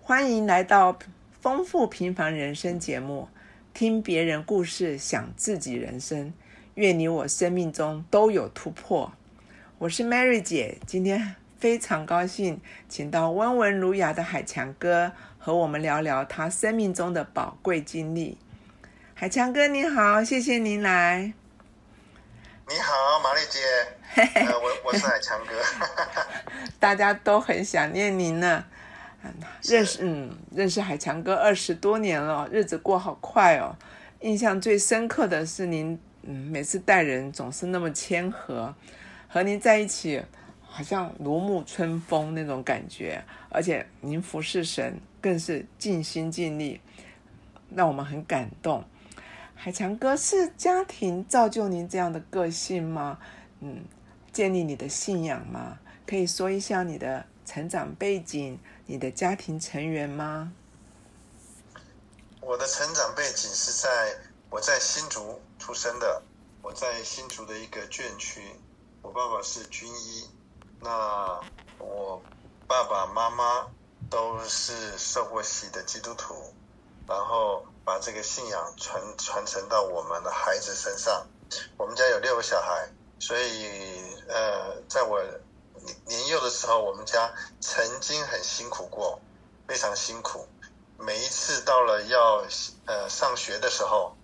欢迎来到《丰富平凡人生》节目，听别人故事，想自己人生。愿你我生命中都有突破。我是 Mary 姐，今天非常高兴，请到温文儒雅的海强哥和我们聊聊他生命中的宝贵经历。海强哥你好，谢谢您来。你好，玛丽姐，呃，我我是海强哥，大家都很想念您呢。嗯认识嗯，认识海强哥二十多年了，日子过好快哦。印象最深刻的是您，嗯，每次待人总是那么谦和，和您在一起好像如沐春风那种感觉，而且您服侍神更是尽心尽力，让我们很感动。海强哥是家庭造就您这样的个性吗？嗯，建立你的信仰吗？可以说一下你的成长背景、你的家庭成员吗？我的成长背景是在我在新竹出生的，我在新竹的一个眷区，我爸爸是军医，那我爸爸妈妈都是受过洗的基督徒，然后把这个信仰传传承到我们的孩子身上。我们家有六个小孩，所以呃，在我年年幼的时候，我们家曾经很辛苦过，非常辛苦。每一次到了要呃上学的时候，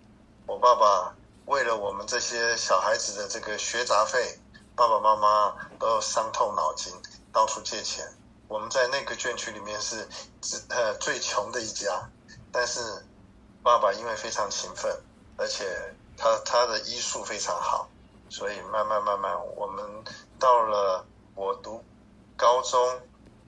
我爸爸为了我们这些小孩子的这个学杂费，爸爸妈妈都伤透脑筋，到处借钱。我们在那个眷区里面是只呃最穷的一家，但是爸爸因为非常勤奋，而且他他的医术非常好，所以慢慢慢慢，我们到了我读高中、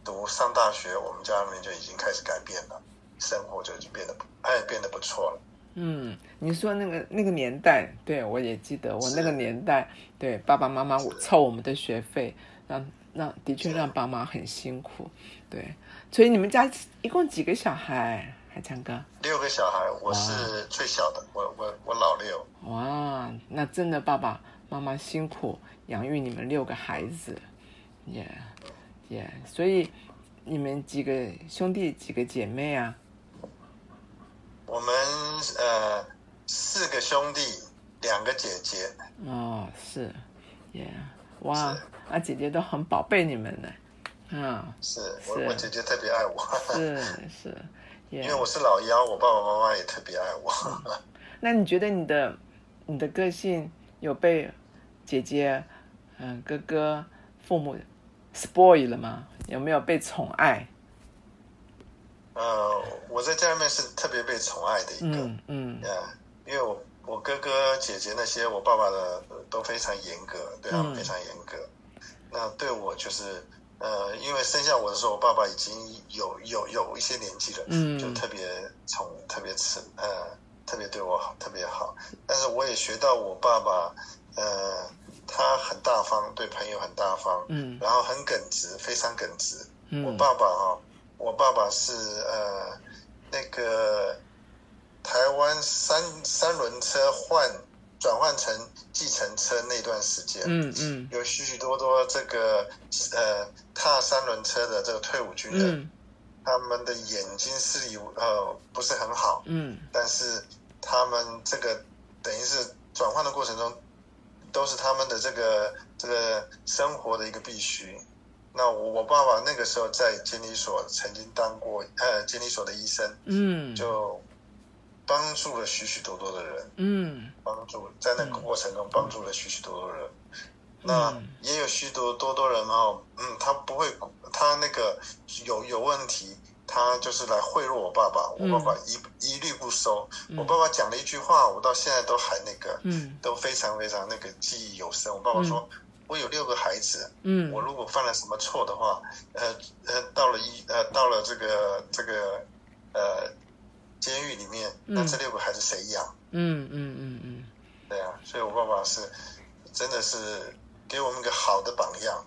读上大学，我们家里面就已经开始改变了，生活就已经变得不哎变得不错了。嗯，你说那个那个年代，对我也记得，我那个年代，对爸爸妈妈我凑我们的学费，让让的确让爸妈很辛苦，对，所以你们家一共几个小孩？海强哥，六个小孩，我啊是最小的，我我我老六。哇，那真的爸爸妈妈辛苦养育你们六个孩子，也、也、所以你们几个兄弟几个姐妹啊？我们呃四个兄弟，两个姐姐，哦，是，也、哇，啊姐姐都很宝贝你们呢，啊，是我是我姐姐特别爱我， 是是，也、因为我是老幺，我爸爸妈妈也特别爱我。嗯那你觉得你的你的个性有被姐姐、嗯哥哥、父母 spoil 了吗？有没有被宠爱？ 呃，我在家里面是特别被宠爱的一个，嗯嗯呃因为我我哥哥姐姐那些，我爸爸的呃都非常严格，对他们嗯非常严格。那对我就是呃，因为生下我的时候，我爸爸已经有有有一些年纪了，嗯就特别宠，特别吃，呃，特别对我好，特别好。但是我也学到我爸爸，呃，他很大方，对朋友很大方，嗯然后很耿直，非常耿直。嗯，我爸爸啊，我爸爸是呃那个台湾三三轮车换转换成计程车那段时间，嗯嗯有许许多多这个呃踏三轮车的这个退伍军人，嗯他们的眼睛视力呃不是很好，嗯但是他们这个等于是转换的过程中，都是他们的这个这个生活的一个必须。那我我爸爸那个时候在监理所曾经当过呃监理所的医生，嗯，就帮助了许许多多的人，嗯帮助在那个过程中帮助了许许多多人。那也有许多多多人哦，嗯，他不会，他那个有有问题，他就是来贿赂我爸爸，我嗯爸爸一、一律不收。嗯我爸爸讲了一句话，我到现在都还那个，嗯都非常非常那个记忆犹深。我爸爸说，我有六个孩子，嗯我如果犯了什么错的话，呃呃，到了一呃到了这个这个呃监狱里面，那嗯这六个孩子谁养？嗯嗯嗯嗯对啊，所以我爸爸是真的是给我们一个好的榜样。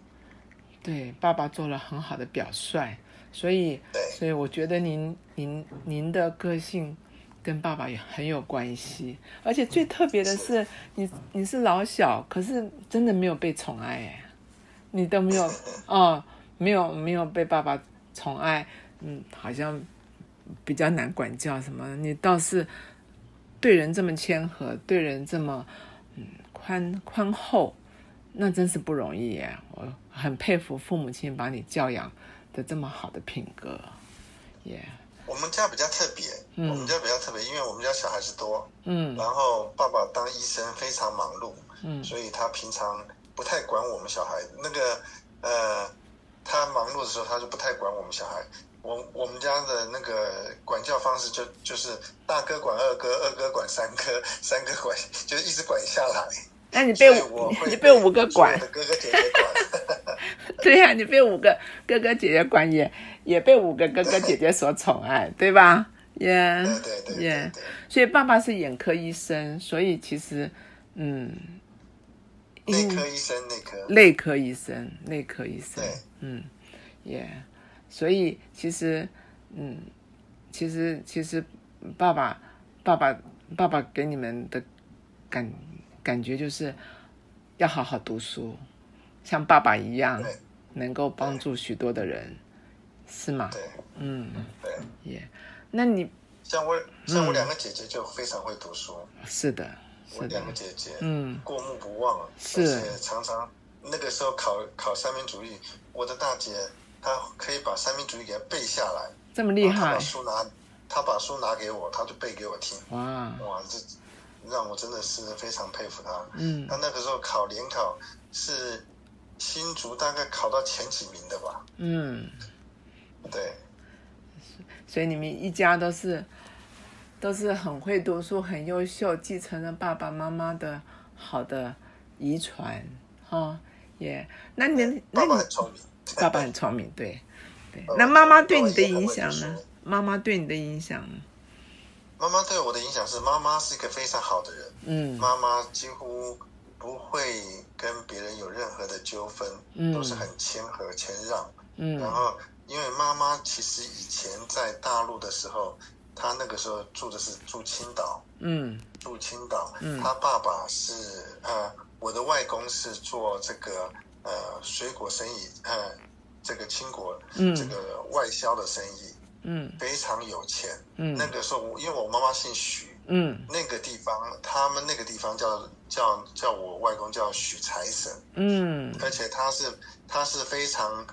对，爸爸做了很好的表率，所以，对所以我觉得您您您的个性跟爸爸也很有关系，而且最特别的是，你你是老小，可是真的没有被宠爱哎，你都没有哦，没有没有被爸爸宠爱，嗯，好像比较难管教什么，你倒是对人这么谦和，对人这么嗯宽宽厚，那真是不容易耶！我很佩服父母亲把你教养的这么好的品格，也、yeah, 我们家比较特别，嗯我们家比较特别，因为我们家小孩子多，嗯然后爸爸当医生非常忙碌，嗯所以他平常不太管我们小孩。那个呃，他忙碌的时候，他就不太管我们小孩。我我们家的那个管教方式就就是大哥管二哥，二哥管三哥，三哥管就是一直管下来。那你所被以我五 会你被五个所有管，的哥哥姐姐管。对呀、你被五个哥哥姐姐管也，也被五个哥哥姐姐所宠爱，对吧？也、对对对也对对，所以爸爸是眼科医生，所以其实，嗯，内因科医生内科。内科医生，内科医生对，嗯，也、所以其实，嗯，其实其实爸爸爸爸爸爸给你们的感感觉就是要好好读书，像爸爸一样对，能够帮助许多的人，是吗？对嗯，对，也、那你像我像我两个姐姐就非常会读书，是的，嗯我是的两，个姐姐，嗯，过目不忘，是而且常常那个时候考考三民主义，我的大姐她可以把三民主义给她背下来，这么厉然后她害把，书拿，她把书拿给我，她就背给我听，哇，哇，这让我真的是非常佩服她。嗯她那个时候考联考是新竹大概考到前几名的吧？嗯。对，所以你们一家都是都是很会读书、很优秀，继承了爸爸妈妈的好的遗传，哈、也、那你那哎爸你爸很哦聪明，爸爸很聪明，对对爸。爸那妈妈对你的也很会影读响呢书？妈妈对你的影响呢，妈妈对我的影响是，妈妈是一个非常好的人，嗯妈妈几乎不会跟别人有任何的纠纷，嗯都是很谦和谦让。然嗯后，因为妈妈其实以前在大陆的时候，她那个时候住的是住青岛，嗯住青岛。嗯她爸爸是呃，我的外公是做这个呃水果生意，呃，这个青果嗯这个外销的生意，嗯非常有钱。嗯那个时候我，因为我妈妈姓许，嗯那个地方，他们那个地方叫叫叫我外公叫许财神，嗯而且他是他是非常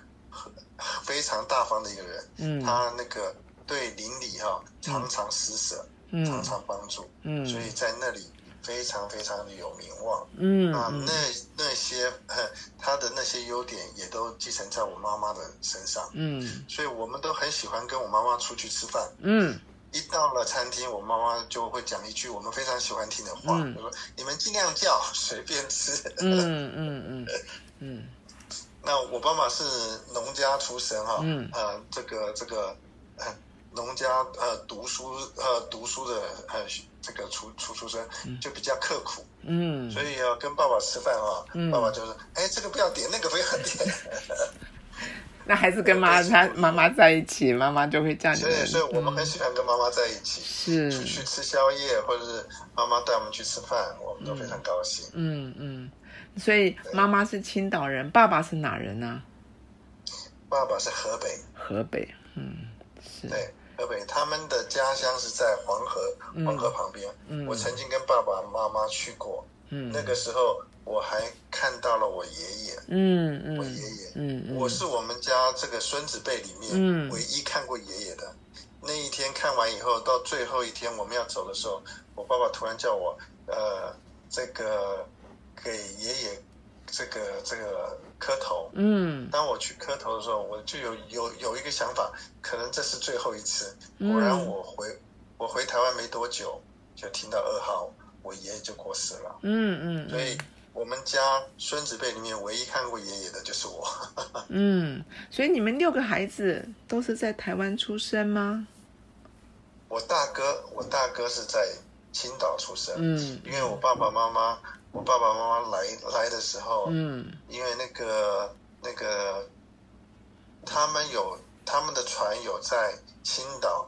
非常大方的一个人，嗯他那个对邻里哈、常常施舍，常常帮助，嗯所以在那里非常非常的有名望。嗯啊，嗯那那些呃他的那些优点也都继承在我妈妈的身上，嗯所以我们都很喜欢跟我妈妈出去吃饭。嗯一到了餐厅，我妈妈就会讲一句我们非常喜欢听的话，嗯就说你们尽量叫，随便吃。嗯嗯嗯那我爸爸是农家出身哈、嗯呃，这个这个，呃，农家呃读书呃读书的呃这个出出出身就比较刻苦，嗯所以要跟爸爸吃饭啊，嗯爸爸就是哎这个不要点，那个不要点， 那还是跟妈对她是妈妈在一起，妈妈就会叫你所以们。所以我们很喜欢跟妈妈在一起。是，出去吃宵夜，或者是妈妈带我们去吃饭，我们都非常高兴。嗯嗯，所以妈妈是青岛人，爸爸是哪人呢、爸爸是河北，河北，嗯，是，对，河北他们的家乡是在黄河，嗯黄河旁边。嗯我曾经跟爸爸妈妈去过，嗯那个时候我还看到了我爷爷。嗯嗯我爷爷嗯嗯，我是我们家这个孙子辈里嗯面唯一看过爷爷的。那一天看完以后，到最后一天我们要走的时候，我爸爸突然叫我，呃，这个给爷爷这个这个磕头。嗯当我去磕头的时候，我就有有有一个想法，可能这是最后一次。嗯果然，我回我回台湾没多久，就听到噩耗，我爷爷就过世了。嗯嗯所以我们家孙子辈里面唯一看过爷爷的就是我。嗯，所以你们六个孩子都是在台湾出生吗？我大哥，我大哥是在青岛出生，嗯因为我爸爸妈妈，我爸爸妈妈来来的时候，嗯因为那个那个，他们有他们的船有在青岛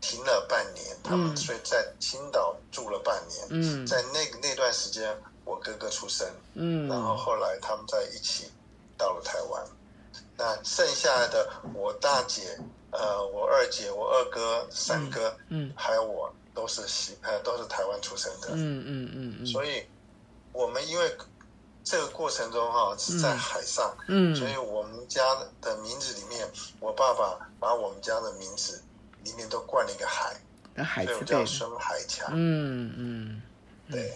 停了半年，他们嗯所以在青岛住了半年，嗯在那个那段时间，我哥哥出生，嗯然后后来他们在一起到了台湾。那剩下的我大姐，呃，我二姐、我二哥、三哥，嗯还有我都是西呃都是台湾出生的，嗯嗯嗯嗯，所以我们因为这个过程中哈、是在海上，嗯所以我们家的名字里面，我爸爸把我们家的名字里面都冠了一个海，那海所以字我辈叫的，孙海强。嗯嗯对，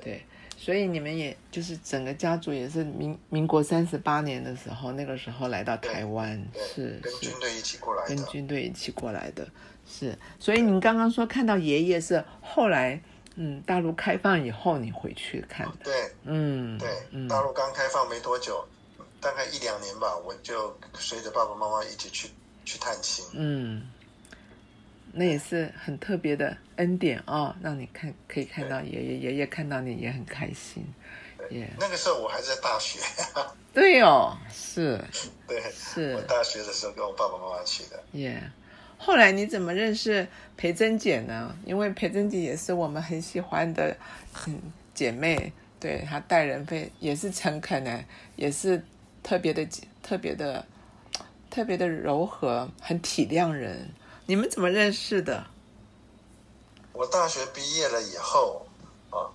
对，所以你们也就是整个家族也是民民国三十八年的时候，那个时候来到台湾，是对，跟是军队一起过来跟的。军队一起过来的，是，所以你刚刚说看到爷爷是后来，嗯，大陆开放以后你回去看的， 对嗯，对，嗯大陆刚开放没多久，大概一两年吧，我就随着爸爸妈妈一起去去探亲。嗯，那也是很特别的恩典哦，让你看可以看到爷爷，爷爷看到你也很开心，也那个时候我还在大学， 对哦，是对，是我，大学的时候跟我爸爸妈妈去的。耶、后来你怎么认识裴珍姐呢？因为裴珍姐也是我们很喜欢的嗯姐妹，对她待人非也是诚恳的，也是特别的特别的特别的柔和，很体谅人。你们怎么认识的？我大学毕业了以后啊，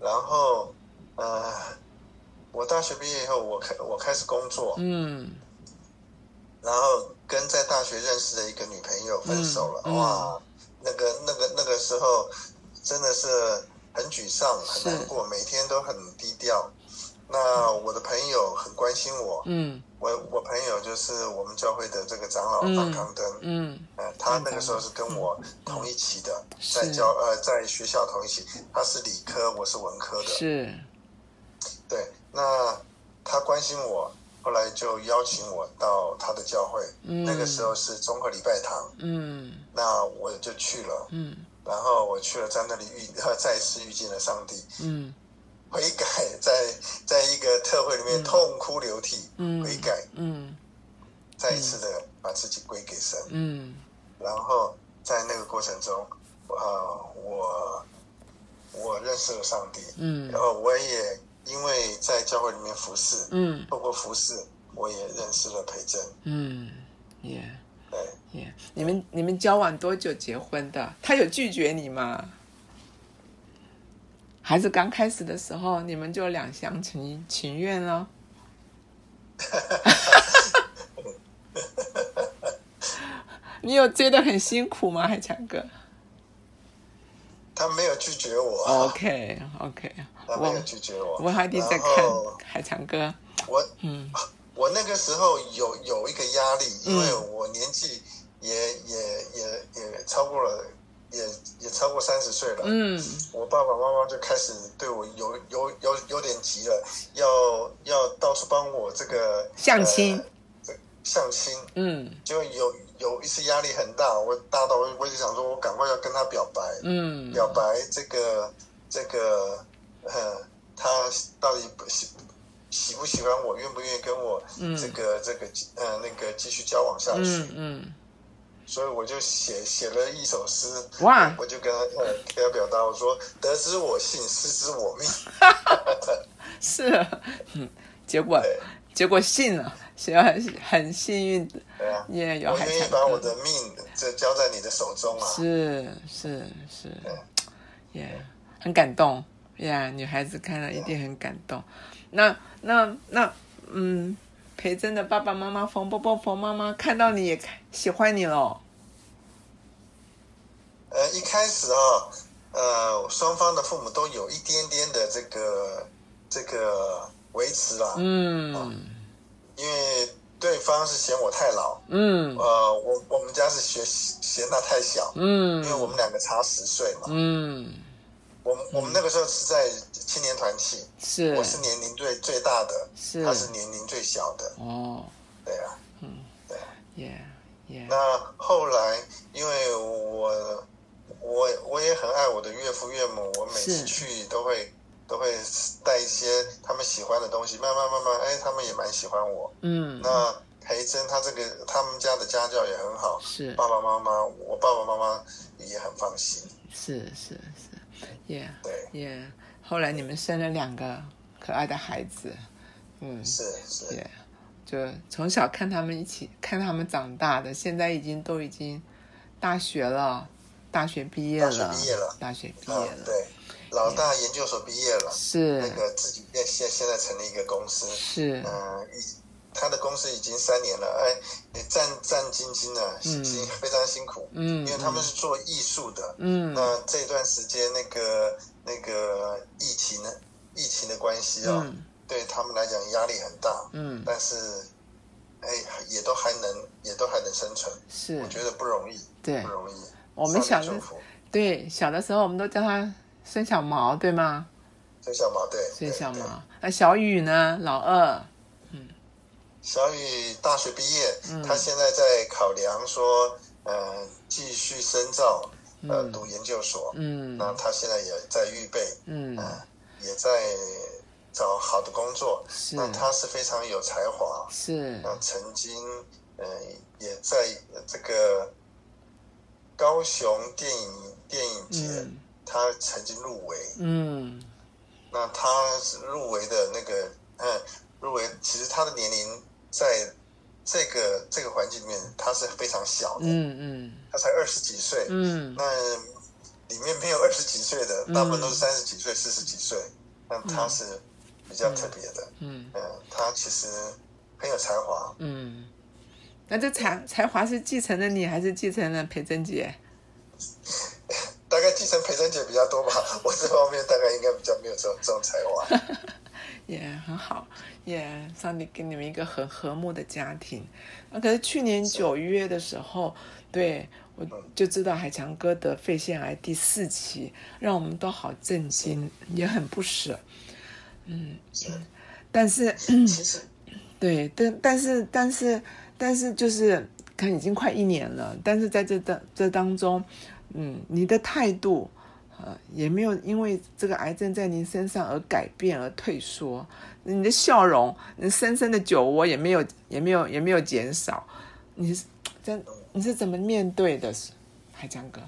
然后呃，我大学毕业以后，我开我开始工作，嗯然后跟在大学认识的一个女朋友分手了，嗯嗯哇，那个那个那个时候真的是很沮丧，是很难过，每天都很低调。那我的朋友很关心我，嗯我我朋友就是我们教会的这个长老嗯张康登，嗯呃，他那个时候是跟我同一期的，是在教呃在学校同一期，他是理科，我是文科的。是对，那他关心我，后来就邀请我到他的教会，嗯那个时候是综合礼拜堂，嗯那我就去了，嗯然后我去了，在那里遇 再次遇见了上帝，嗯悔改，在在一个特会里面痛哭流涕，嗯悔改，嗯再一次的把自己归给神。嗯然后在那个过程中，啊、我我认识了上帝，嗯然后我也因为在教会里面服侍，嗯透过服侍，我也认识了培正。嗯，耶、对，耶、你们你们交往多久结婚的？他有拒绝你吗？还是刚开始的时候你们就两厢情情愿了？你有追得很辛苦吗，海强哥他没有拒绝我， ？OK OK，他没有哦我拒绝我。我还得在然看后海强哥，我嗯我那个时候有有一个压力，嗯因为我年纪也也也也超过了，也也超过三十岁了。嗯我爸爸妈妈就开始对我有有有有点急了，要要到处帮我这个相亲呃这相亲，嗯就有有一次压力很大，我大到我我就想说，我赶快要跟他表白，嗯表白这个这个呃，他到底喜喜不喜欢我，愿不愿意跟我嗯这个、这个呃那个继续交往下去，嗯嗯，所以我就写写了一首诗，哇，我就跟他呃跟他表达，我说得知我幸，失之我命。是，嗯，结果结果信了，谁要很很幸运，对啊，也有我海愿产意把我哥，的命这交在你的手中啊。是是是，也很感动呀女孩子看了一定很感动。那那那，嗯，培珍的爸爸妈妈冯伯伯、冯妈妈看到你也看喜欢你了，呃，一开始啊，呃，双方的父母都有一点点的这个这个维持啦，嗯因为对方是嫌我太老，嗯呃，我我们家是嫌嫌他太小，因为嗯我们两个差十岁嘛。嗯，我们我们那个时候是在青年团契，是我是年龄最最大的，是他是年龄最小的，哦，对啊。耶耶，那后来，因为我我我也很爱我的岳父岳母，我每是次去都会都会带一些他们喜欢的东西，慢慢慢慢，哎，他们也蛮喜欢我。嗯，那培珍他这个他们家的家教也很好，是。爸爸妈妈我爸爸妈妈也很放心。是是是，耶对，耶。后来你们生了两个可爱的孩子，嗯，是是耶，就从小看他们一起看他们长大的，现在已经都已经大学了，大学毕业大学了，毕业了，大学毕业嗯，了，对，老大研究所毕业了，是那个自己现现现在成立一嗯个公司，是，嗯，一他的公司已经三年了，哎，也战战兢兢啊，嗯辛非常辛苦，嗯因为他们是做艺术的。嗯那这段时间那个那个疫情呢，疫情的关系啊、嗯对他们来讲压力很大，嗯但是哎，也都还能也都还能生存，是我，觉得不容易，对不，容易。我们小上帝的祝福对小的时候我们都叫他孙小毛，对吗？孙小毛对，孙对小对毛，那小雨呢？老二，小雨大学毕业，嗯他现在在考量说，呃，继续深造，呃，嗯读研究所。嗯那他现在也在预备，嗯呃，也在找好的工作。是那他是非常有才华，是那曾经，呃，也在这个高雄电影电影节，嗯他曾经入围。嗯那他是入围的那个，嗯，入围其实他的年龄在这个这个环境里面，他是非常小的，嗯他才二十几岁。嗯嗯那里面没有二十几岁的，大部分都是三十几岁、四十几岁。那他是比较特别的，嗯嗯，他其实很有才华。嗯，那这才才华是继承了你，还是继承了裴珍姐？大概继承培珍姐比较多吧，我这方面大概应该比较没有这种这种才华。也很好，也上帝给你们一个很和睦的家庭。那可是去年九月的时候，对我嗯就知道海强哥得肺腺癌第四期，让我们都好震惊，也很不舍。 是，但是，其实对，但但是但是但是就是，看已经快一年了，但是在这当这当中，嗯，你的态度，呃，也没有因为这个癌症在您身上而改变而退缩，你的笑容，你深深的酒窝也没有也没有也没有减少，你是真你是怎么面对的，海江哥？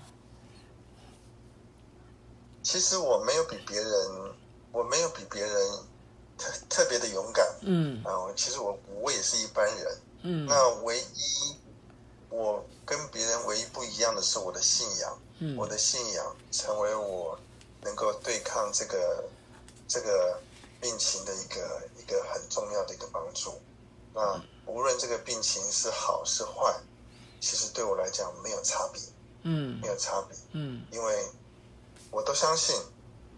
其实我没有比别人，我没有比别人特特别的勇敢。嗯啊，我其实我我也是一般人。嗯那唯一我跟别人唯一不一样的是我的信仰，嗯我的信仰成为我能够对抗这个这个病情的一个一个很重要的一个帮助。那无论这个病情是好是坏，其实对我来讲没有差别，嗯没有差别，嗯因为我都相信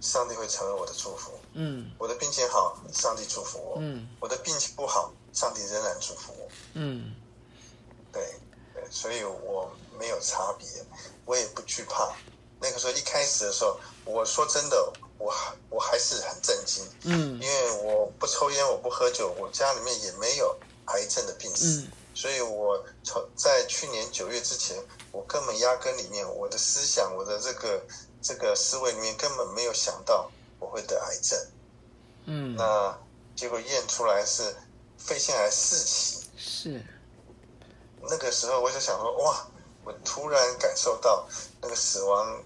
上帝会成为我的祝福。嗯我的病情好，上帝祝福我；嗯我的病情不好，上帝仍然祝福我。嗯对，对，所以我没有差别，我也不惧怕。那个时候一开始的时候，我说真的，我还我还是很震惊，嗯因为我不抽烟，我不喝酒，我家里面也没有癌症的病史，嗯所以我从在去年九月之前，我根本压根里面我的思想，我的这个这个思维里面根本没有想到我会得癌症。嗯，那结果验出来是肺腺癌四期，是那个时候我就想说，哇，我突然感受到那个死亡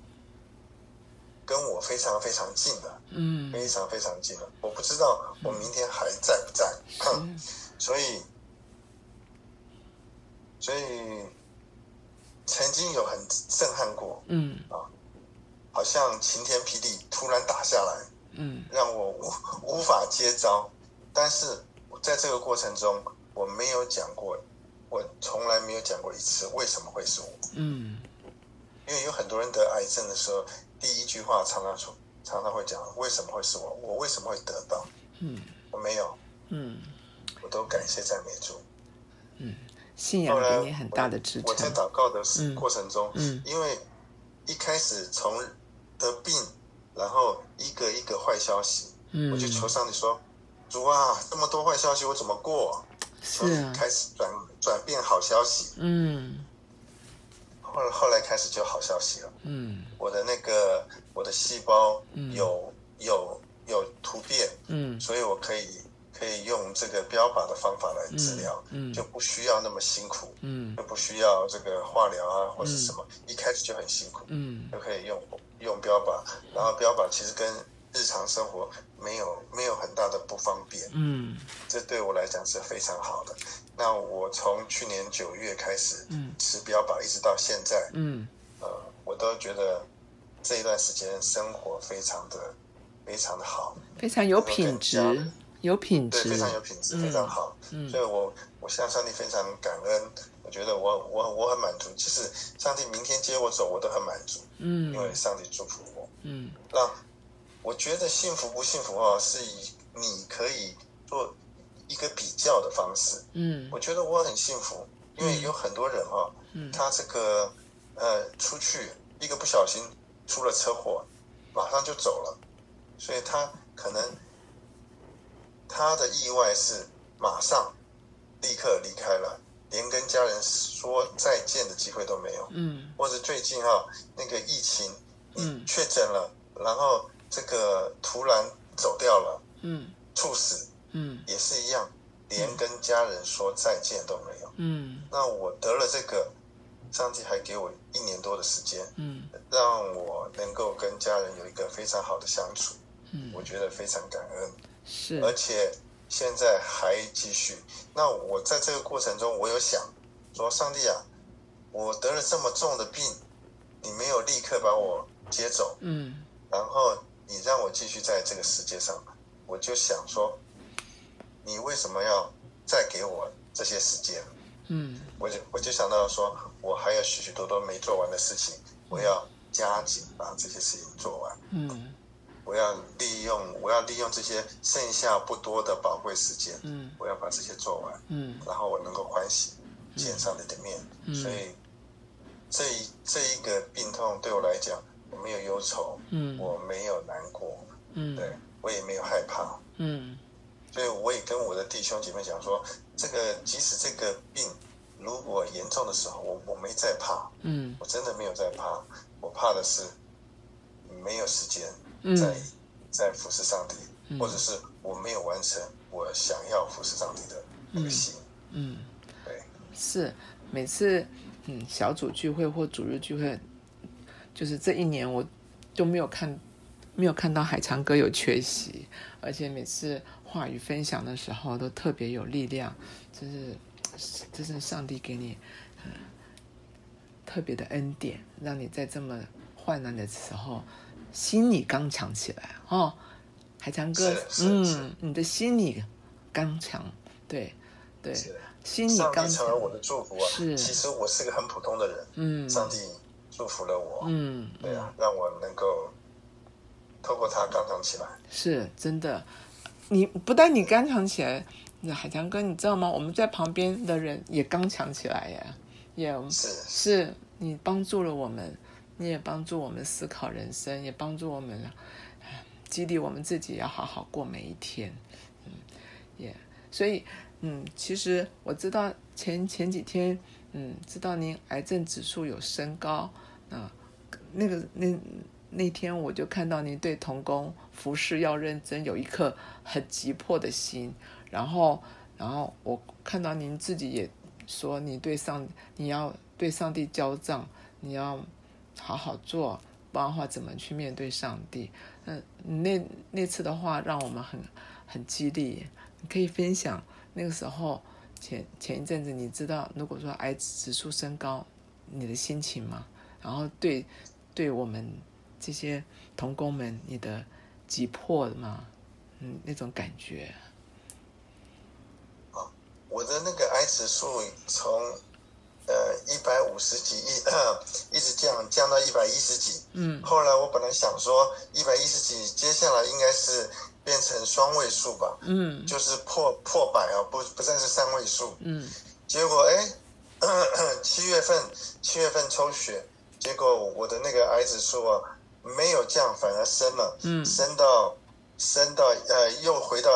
跟我非常非常近了，嗯非常非常近了。我不知道我明天还在不在，嗯所以，所以曾经有很震撼过，嗯好像晴天霹雳突然打下来，嗯让我无 无法接招。但是在这个过程中，我没有讲过，我从来没有讲过一次为什么会是我。嗯因为有很多人得癌症的时候，第一句话常常说，常常会讲为什么会是我，我为什么会得到？嗯我没有，嗯。我都感谢赞美主。信仰后来给你很大的支我在撑。祷告的嗯时过程中，嗯因为一开始从得病，然后一个一个坏消息，嗯，我就求上帝说，主啊，这么多坏消息我怎么过？是从啊，开始转转变好消息，嗯后来后来开始就好消息了。嗯我的那个我的细胞嗯有、有有突变，嗯所以我可以可以用这个标靶的方法来治疗，嗯嗯就不需要那么辛苦，嗯就不需要这个化疗啊或是什么，一开始就很辛苦，嗯就可以用用标靶，然后标靶其实跟日常生活没有没有很大的不方便，嗯这对我来讲是非常好的。那我从去年九月开始嗯持标靶，一直到现在，嗯呃，我都觉得这一段时间生活非常的非常的好，非常有品质，有品对，质非，常有品质，嗯非常好。嗯所以我我向上帝非常感恩，我觉得我我我很满足。即使上帝明天接我走，我都很满足，嗯因为上帝祝福我。嗯那我觉得幸福不幸福啊，是以你可以做一个比较的方式。嗯我觉得我很幸福，因为有很多人啊，嗯他这个呃出去一个不小心出了车祸，马上就走了，所以他可能他的意外是马上立刻离开了，连跟家人说再见的机会都没有，嗯或者最近啊那个疫情，你嗯确诊了，然后这个突然走掉了，嗯猝死嗯也是一样，连跟家人说再见都没有。嗯那我得了这个，上帝还给我一年多的时间，嗯让我能够跟家人有一个非常好的相处，我嗯，觉得非常感恩，是，而且现在还继续。那我在这个过程中，我有想说，上帝啊，我得了这么重的病，你没有立刻把我接走，嗯然后你让我继续在这个世界上，我就想说，你为什么要再给我这些时间？嗯我就我就想到说，我还有许许多多没做完的事情，我要加紧把这些事情做完。嗯我要利用我要利用这些剩下不多的宝贵时间，嗯我要把这些做完，嗯然后我能够欢喜见上帝的面。嗯所以这一这一个病痛对我来讲，我没有忧愁，嗯我没有难过，对嗯我也没有害怕。嗯所以我也跟我的弟兄姐妹讲说，这个即使这个病如果严重的时候，我我没在怕，嗯我真的没有在怕，我怕的是没有时间嗯在、在服侍上帝，嗯或者是我没有完成我想要服侍上帝的那个心。嗯。对，是，每次嗯小组聚会或主日聚会，就是这一年我都没有看没有看到海长哥有缺席，而且每次话语分享的时候都特别有力量，真是真是上帝给你、呃特别的恩典，让你在这么患难的时候心里刚强起来哦。海长哥是，是是嗯，你的心里刚强，对对，是的心里上刚帝成强为。我的祝福啊！是其实我是个很普通的人，嗯上帝祝福了我，嗯，对啊，让我能够透过他刚强起来。是真的。你不但你刚强起来，那海强哥，你知道吗？我们在旁边的人也刚强起来耶，也是是你帮助了我们，你也帮助我们思考人生，也帮助我们唉激励我们自己要好好过每一天。嗯，也、所以嗯，其实我知道前前几天嗯，知道您癌症指数有升高，啊、那个那那天我就看到您对童工服饰要认真，有一颗很急迫的心。然后，然后我看到您自己也说，你对上你要对上帝交账，你要好好做，不然的话怎么去面对上帝？嗯，那那次的话让我们很很激励。你可以分享那个时候前前一阵子，你知道如果说癌指数升高，你的心情吗？然后对对我们这些童工们，你的急迫吗？嗯，那种感觉，我的那个癌指数从呃一百五十几一一 直降降到一百一十几，嗯后来我本来想说一百一十几，接下来应该是变成双位数吧，嗯就是破破百啊，不不再是三位数。嗯结果哎， 七月份七月份抽血，结果我的那个癌指数啊没有降，反而升了，嗯升到升到呃又回到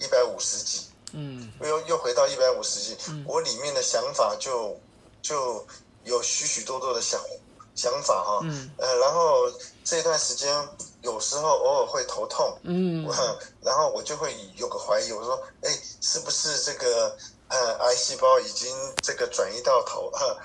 一百五十几。嗯又又回到一百五十集嗯，我里面的想法就就有许许多多的想想法哈、嗯呃，然后这段时间有时候偶尔会头痛，嗯我 然后我就会有个怀疑，我说，哎，是不是这个呃癌细胞已经这个转移到头呃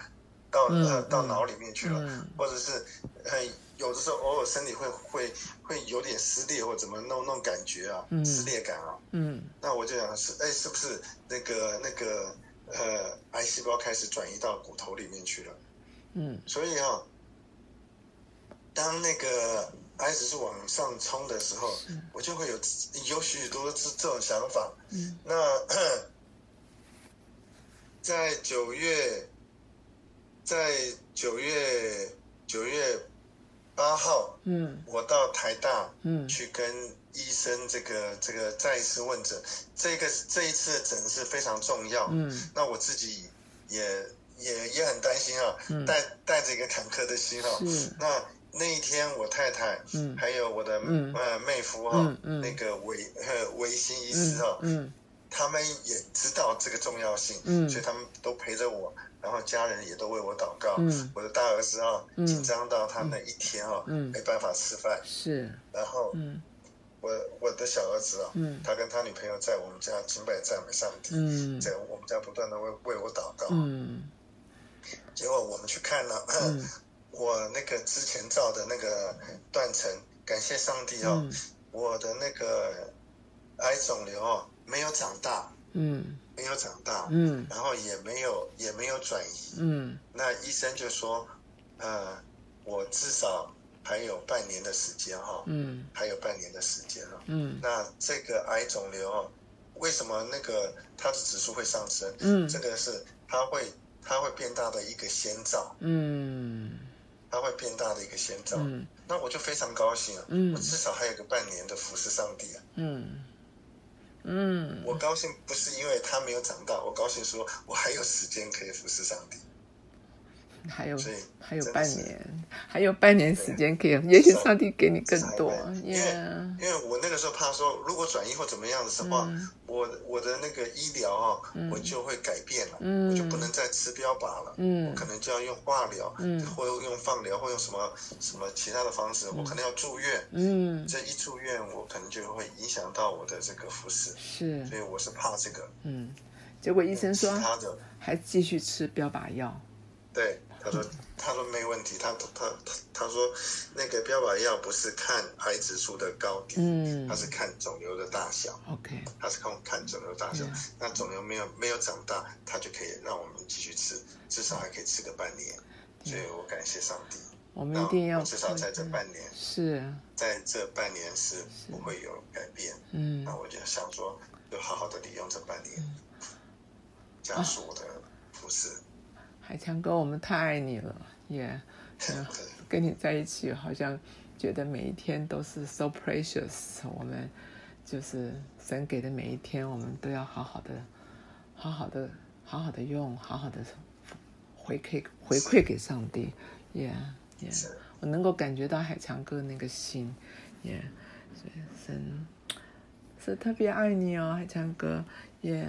到 嗯呃嗯啊到脑里面去了，嗯或者是呃有的时候偶尔身体会会会有点撕裂或怎么弄弄感觉啊，嗯撕裂感啊。嗯那我就想是，哎，是不是那个那个呃癌细胞开始转移到骨头里面去了？嗯所以啊、当那个癌指数往上冲的时候，我就会有有许多这这种想法。嗯那 在九月，在九月九月八号，嗯我到台大嗯去跟医生这个这个再一次问诊，这个这一次的诊是非常重要。嗯那我自己也也也很担心啊，嗯带带着一个坎坷的心啊。是那那一天我太太嗯还有我的、嗯呃妹夫哈、嗯嗯那个维呃维新医师哈、嗯嗯他们也知道这个重要性，嗯所以他们都陪着我，然后家人也都为我祷告。嗯我的大儿子啊，嗯紧张到他那一天啊，嗯没办法吃饭。是然后嗯我我的小儿子啊，嗯他跟他女朋友在我们家敬拜赞美上帝，嗯在我们家不断的为为我祷告。嗯结果我们去看了、嗯 我那个之前照的那个断层，感谢上帝哦，嗯我的那个癌肿瘤哦没有长大，嗯没有长大，嗯然后也没有也没有转移。嗯那医生就说，呃，我至少还有半年的时间哈、嗯还有半年的时间哦。嗯那这个癌肿瘤哦，为什么那个它的指数会上升？嗯这个是它会它会变大的一个先兆，嗯它会变大的一个先兆。嗯那我就非常高兴啊，嗯我至少还有个半年的服侍上帝啊。嗯嗯我高兴不是因为他没有长大，我高兴说我还有时间可以服侍上帝。还有所以还有真的半是年，还有半年时间可以，也许上帝给你更多是耶。Yeah 因为我那个时候怕说，如果转移或怎么样的话，嗯我我的那个医疗啊，嗯我就会改变了，嗯我就不能再吃标靶了。我嗯可能就要用化疗，嗯或用放疗，或用什么什么其他的方式，我可能要住院。嗯这一住院，我可能就会影响到我的这个服饰，是所以我是怕这个。嗯，结果医生说其他的，还继续吃标靶药。对，他说他说没问题，他他他他他说那个标靶药不是看癌指数的高低，嗯它是看肿瘤的大小。 OK，他是看看肿瘤大小对啊，那肿瘤没有没有长大，他就可以让我们继续吃，至少还可以吃个半年。所以我感谢上帝，我们那一定要嗯我至少在这看半年，是在这半年是不会有改变。嗯那我就想说，就好好的利用这半年，这样是我的服饰。海强哥，我们太爱你了，也、嗯跟你在一起，好像觉得每一天都是 so precious。我们就是神给的每一天，我们都要好好的、好好的、好好的用，好好的回馈回馈给上帝。也、也，是我能够感觉到海强哥那个心，也、所以神是特别爱你哦，海强哥，也、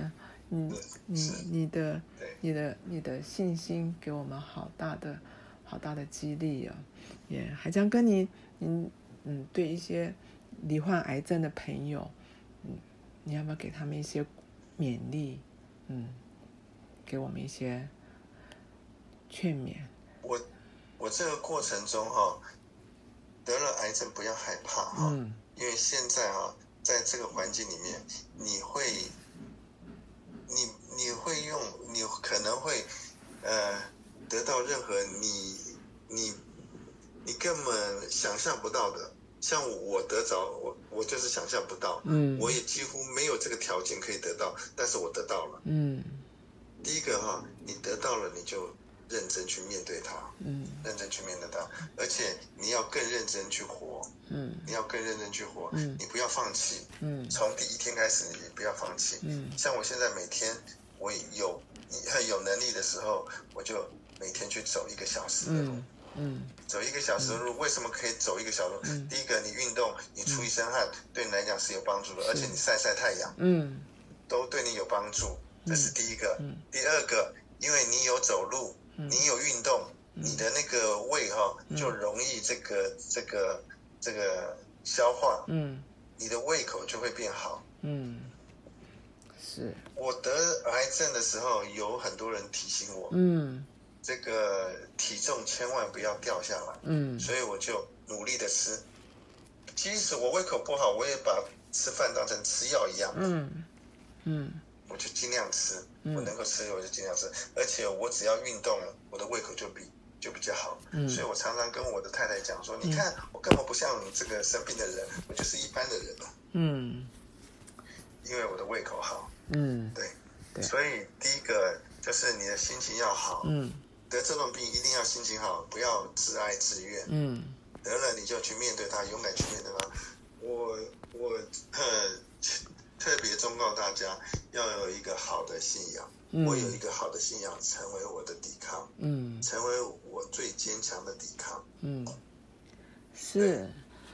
你你是你的对你的你的信心给我们好大的好大的激励啊！也还将跟你你嗯对一些罹患癌症的朋友，嗯，你要不要给他们一些勉励？嗯，给我们一些劝勉。我我这个过程中哈、得了癌症不要害怕哈、嗯因为现在啊，在这个环境里面，你会，你你会用，你可能会，呃，得到任何你你你根本想象不到的。像我得着，我我就是想象不到，嗯我也几乎没有这个条件可以得到，但是我得到了。嗯第一个哈、你得到了，你就认真去面对它，嗯认真去面对它，而且你要更认真去活，嗯你要更认真去活，嗯你不要放弃，嗯从第一天开始你不要放弃。嗯像我现在每天我有很有能力的时候，我就每天去走一个小时的路，嗯嗯走一个小时的路，为什么可以走一个小时路？嗯第一个，你运动，你出一身汗，对你来讲是有帮助的，而且你晒晒太阳嗯都对你有帮助，这是第一个。嗯第二个，因为你有走路，嗯你有运动，你的那个胃哈、嗯就容易这个这个这个消化，嗯你的胃口就会变好。嗯，是我得癌症的时候，有很多人提醒我，嗯这个体重千万不要掉下来。嗯所以我就努力的吃。即使我胃口不好，我也把吃饭当成吃药一样，嗯嗯我就尽量吃，嗯我能够吃我就尽量吃，而且我只要运动了，我的胃口就比就比较好。嗯所以我常常跟我的太太讲说，你看我根本不像你这个生病的人，我就是一般的人了，嗯因为我的胃口好。嗯对，对所以第一个就是你的心情要好，嗯得这种病一定要心情好，不要自哀自怨。嗯得了你就去面对它，勇敢去面对它。我我呃特别忠告大家要有一个好的信仰，我有一嗯个好的信仰成为我的抵抗，嗯成为我最坚强的抵抗，嗯，是，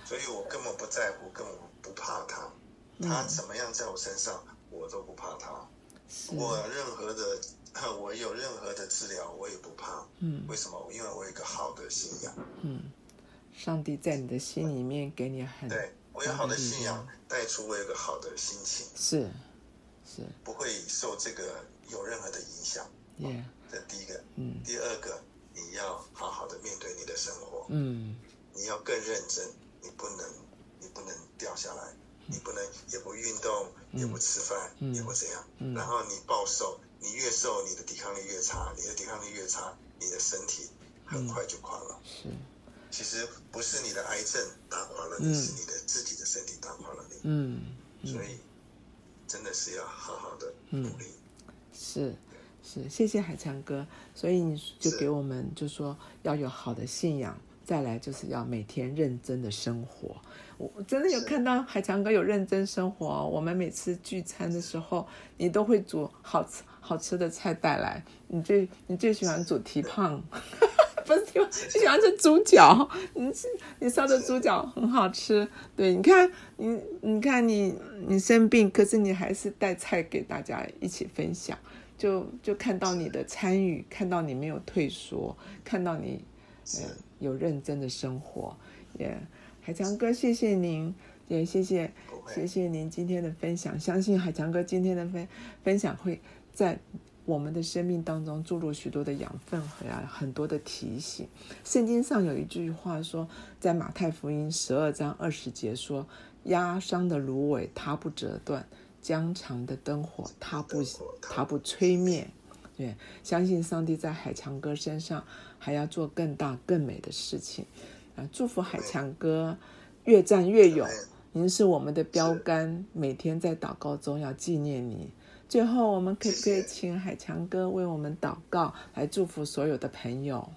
所以我根本不在乎，根本不怕它，它嗯怎么样在我身上我都不怕它，是，我任何的。 呃我有任何的治疗，我也不怕。嗯为什么？因为我有一个好的信仰。嗯，上帝在你的心里面给你很对我有好的信嗯仰，带出我有一个好的心情。是是不会受这个有任何的影响。耶，这第一个，嗯第二个，你要好好的面对你的生活，嗯你要更认真，你不能，你不能掉下来，你不能也不运动，也不吃饭，嗯也不怎样，嗯然后你暴瘦，你越瘦，你的抵抗力越差，你的抵抗力越差，你的身体嗯很快就垮了。是，其实不是你的癌症打垮了你，嗯是你的自己的身体打垮了你，嗯嗯所以真的是要好好的努力。是。是，谢谢海强哥。所以你就是给我们就说要有好的信仰，再来就是要每天认真的生活。我我真的有是看到海强哥有认真生活哦、我们每次聚餐的时候，你都会煮好吃好吃的菜带来。你最你最喜欢煮蹄膀， 不是蹄膀，最喜欢吃猪脚。你吃你烧的猪脚很好吃。对，你看你你看你你生病，可是你还是带菜给大家一起分享。就就看到你的参与，看到你没有退缩，看到你是呃有认真的生活，也海强哥，谢谢您，也谢谢不会谢谢您今天的分享，相信海强哥今天的分分享会在我们的生命当中注入许多的养分和呀很多的提醒。圣经上有一句话说，在马太福音十二章二十节说：“压伤的芦苇它不折断，疆场的灯火它不它不吹灭。”对，相信上帝在海强哥身上还要做更大更美的事情。啊，祝福海强哥越战越哎勇。您是我们的标杆，每天在祷告中要纪念你。最后，我们可不可以谢谢请海强哥为我们祷告，来祝福所有的朋友？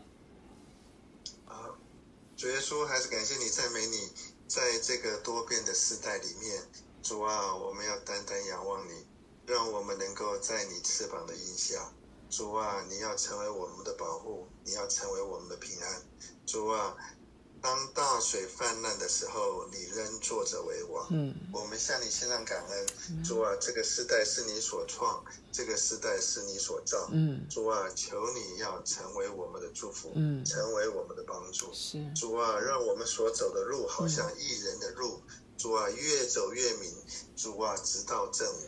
啊，主耶稣，还是感谢你赞美你，在这个多变的时代里面，主啊，我们要单单仰望你，让我们能够在你翅膀的荫下。主啊，你要成为我们的保护，你要成为我们的平安。主啊，当大水泛滥的时候，你仍坐着为王。嗯我们向你献上感恩，主啊，这个时代是你所创，这个时代是你所造。嗯主啊，求你要成为我们的祝福，嗯成为我们的帮助。是主啊，让我们所走的路好像艺人的路，主啊，越走越明，主啊，直到正午。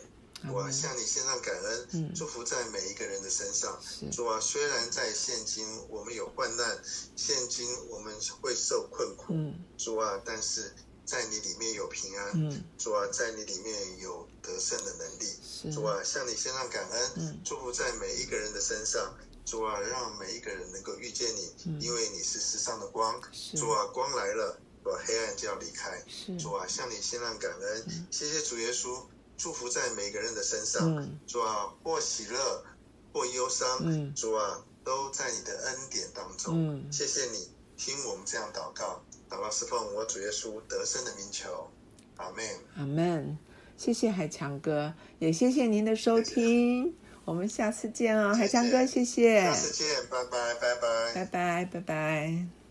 我嗯向你献上感恩，嗯祝福在每一个人的身上。是主啊，虽然在现今我们有患难，现今我们会受困苦，嗯主啊，但是在你里面有平安，嗯主啊，在你里面有得胜的能力。是主啊，向你献上感恩，嗯祝福在每一个人的身上。主啊，让每一个人能够遇见你，嗯因为你是世上的光。是主啊，光来了，主啊，黑暗就要离开。是主啊，向你献上感恩，嗯谢谢主耶稣，祝福在每个人的身上。嗯主啊，或喜乐，或忧伤，嗯主啊，都在你的恩典当中。嗯谢谢你，听我们这样祷告，祷告是奉我主耶稣得胜的名求，阿门。阿门。谢谢海强哥，也谢谢您的收听，我们下次见哦，海强哥，谢谢，下次见，拜拜，拜拜拜拜拜拜。